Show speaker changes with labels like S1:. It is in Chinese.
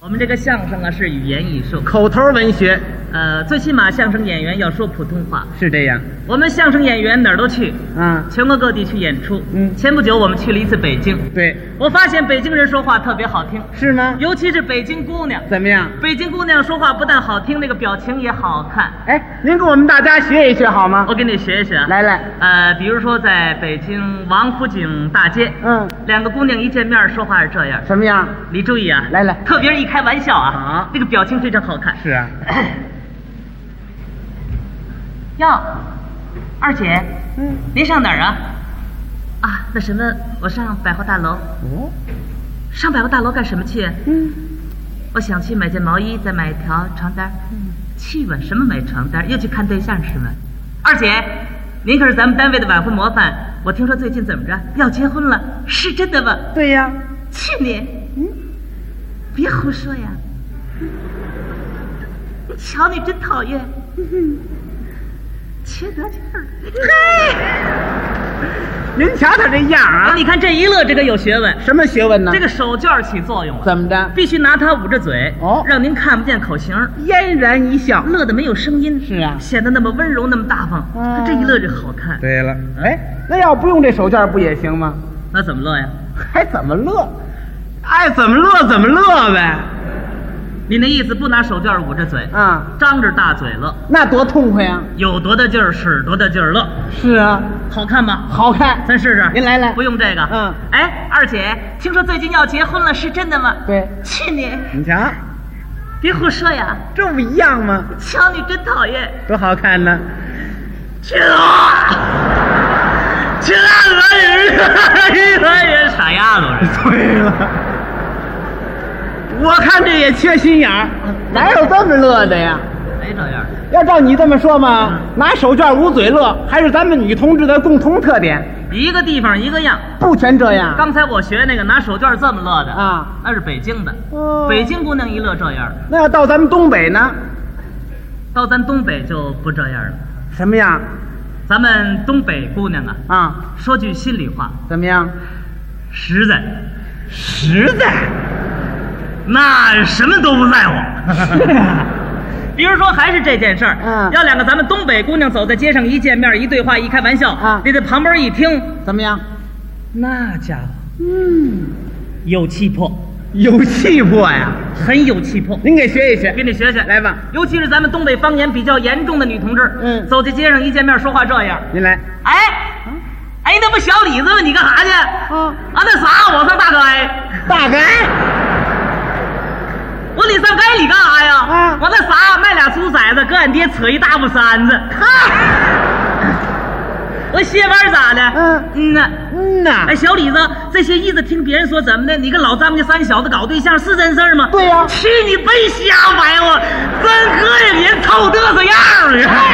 S1: 我们这个相声啊是语言艺术，
S2: 口头文学
S1: 呃，最起码相声演员要说普通话。
S2: 是这样
S1: 我们相声演员哪儿都去，
S2: 啊？
S1: 全国各地去演出。
S2: 嗯
S1: 前不久我们去了一次北京，
S2: 对，
S1: 我发现北京人说话特别好听，
S2: 是吗？
S1: 尤其是北京姑娘。
S2: 怎么样？
S1: 北京姑娘说话不但好听，那个表情也好看。
S2: 哎，您给我们大家学一学好吗？
S1: 我给你学一学啊。
S2: 哦来来，
S1: 呃，比如说在北京王府井大街，
S2: 嗯，
S1: 两个姑娘一见面说话是这样。
S2: 什么样？
S1: 你注意啊，
S2: 来来
S1: 特别是一开玩笑啊，
S2: 好
S1: 那个表情非常好看。
S2: 是啊，
S1: 哟，二姐，
S2: 嗯，
S1: 您上哪儿啊？啊，那什么，我上百货大楼。
S2: 哦，
S1: 上百货大楼干什么去？
S2: 嗯，
S1: 我想去买件毛衣，再买一条床单。嗯，去吧，什么买床单？又去看对象是吗？二姐，您可是咱们单位的晚婚模范。我听说最近怎么着要结婚了，是真的吗？
S2: 对呀，
S1: 去你！嗯，别胡说呀！你瞧你真讨厌，缺德劲儿！
S2: 您瞧他这样
S1: 哎，
S2: 啊，
S1: 你看这一乐，这个有学问，
S2: 什么学问呢？
S1: 这个手绢儿起作用了，
S2: 怎么着？
S1: 必须拿它捂着嘴，
S2: 哦
S1: 让您看不见口型儿，
S2: 嫣然一笑。
S1: 乐得没有声音，
S2: 是啊
S1: 显得那么温柔，那么大方。
S2: 嗯
S1: 这一乐就好看，
S2: 对了，哎，那要不用这手绢儿不也行吗？
S1: 那怎么乐呀？
S2: 还怎么乐？爱怎么乐怎么乐呗。
S1: 你那意思不拿手绢儿捂着嘴，
S2: 啊，
S1: 张着大嘴乐，
S2: 那多痛快啊！
S1: 有多大劲儿使多大劲儿乐，
S2: 是啊，
S1: 好看吗？
S2: 好看。
S1: 咱试试。
S2: 您来来
S1: 不用这个。
S2: 嗯
S1: 哎，二姐，听说最近要结婚了，是真的吗？
S2: 对，
S1: 去你！
S2: 你瞧，
S1: 别胡说呀！
S2: 这不一样吗？
S1: 瞧你真讨厌！
S2: 多好看呢！
S1: 去我！去他人，他人傻丫头人。
S2: 对了，我看这也缺心眼儿，哪有这么乐的呀？
S1: 没这样的，
S2: 要照你这么说嘛，拿手绢捂嘴乐，还是咱们女同志的共同特点，
S1: 一个地方一个样。
S2: 不全这样。
S1: 刚才我学那个拿手绢这么乐的
S2: 啊，
S1: 那是北京的。
S2: 哦
S1: 北京姑娘一乐这样，
S2: 那要到咱们东北呢，
S1: 到咱东北就不这样了。
S2: 什么样
S1: 咱们东北姑娘啊，
S2: 啊？
S1: 说句心里话，
S2: 怎么 样？
S1: 实在，
S2: 实在。
S1: 那什么都不在乎。
S2: 是啊。
S1: 比如说，还是这件事儿，
S2: 嗯
S1: 要两个咱们东北姑娘走在街上，一见面，一对话，一开玩笑，
S2: 啊
S1: 你在旁边一听，
S2: 怎么样？
S1: 那家伙
S2: 嗯，
S1: 有气魄，
S2: 有气魄呀！
S1: 很有气魄。
S2: 您给学一学，
S1: 给你学学，
S2: 来吧
S1: 尤其是咱们东北方言比较严重的女同志，
S2: 嗯
S1: 走在街上一见面说话这样，
S2: 您来。
S1: 哎，哎，那不小李子吗？你干啥去？
S2: 啊
S1: 啊，那啥，我上大哎街，
S2: 大概
S1: 我说你上街你干啥呀？
S2: 啊
S1: 我那啥，卖俩猪崽子，给俺爹扯一大布扇子， 我歇班咋的？
S2: 嗯
S1: 嗯呐。
S2: 嗯呐
S1: 哎，，小李子，这些意思听别人说怎么的？你跟老张家三小子搞对象是真事儿吗？
S2: 对呀
S1: 去你别瞎白活，真膈应人，透嘚瑟样儿啊！